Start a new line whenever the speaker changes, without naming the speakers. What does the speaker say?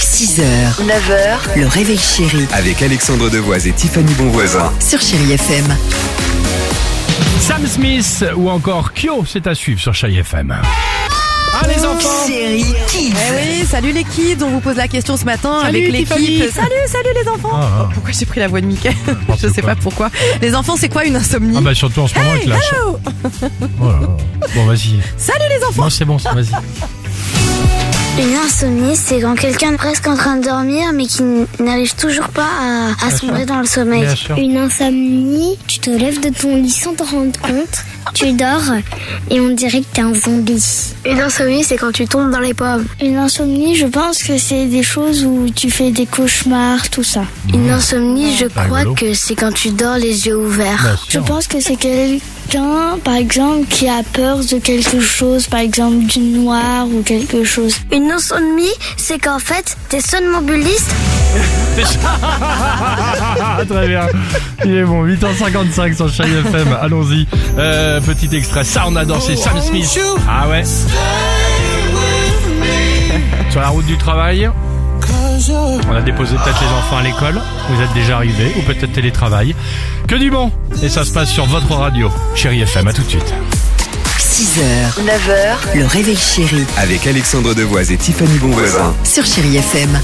6h, 9h, le réveil chéri
Avec Alexandre Devoise et Tiffany Bonvoisin.
sur Chérie FM.
Sam Smith ou encore Kyo, c'est à suivre sur Chai FM. Ah les enfants
Chérie Kids.
Eh oui, salut les kids, on vous pose la question ce matin avec
Tiffany.
l'équipe. Salut, salut les enfants.
Ah, ah.
Oh, pourquoi j'ai pris la voix de Mickey Je
N'importe
sais
quoi.
pas pourquoi. Les enfants, c'est quoi une insomnie
Ah bah surtout en ce moment avec la...
Hello
Oh là là. Bon vas-y.
Salut les enfants.
Non c'est bon, c'est- vas-y.
Une insomnie, c'est quand quelqu'un est presque en train de dormir mais qui n- n'arrive toujours pas à, à sombrer dans le sommeil.
Bien sûr.
Une insomnie, tu te lèves de ton lit sans te rendre compte, tu dors et on dirait que t'es un zombie. Une insomnie, c'est quand tu tombes dans les pommes. Une insomnie, je pense que c'est des choses où tu fais des cauchemars, tout ça. Une insomnie, je
Ah, rigolo.
que c'est quand tu dors les yeux ouverts.
Bien
Je
sûr.
pense que c'est quelqu'un, par exemple, qui a peur de quelque chose, par exemple du noir ou quelque chose. Une insomnie, c'est qu'en fait, t'es somnambuliste.
Ah très bien. Il est bon, 8h55 sur Chai FM, allons-y. Euh, petit extrait, ça on adore, c'est Sam Smith. Ah ouais. Sur la route du travail, on a déposé peut-être les enfants à l'école, vous êtes déjà arrivés, ou peut-être télétravail. Que du bon Et ça se passe sur votre radio, Chérie FM, à tout de suite.
6h, 9h, le réveil chéri
Avec Alexandre Devoise et Tiffany Bonvoisin.
sur Chérie FM.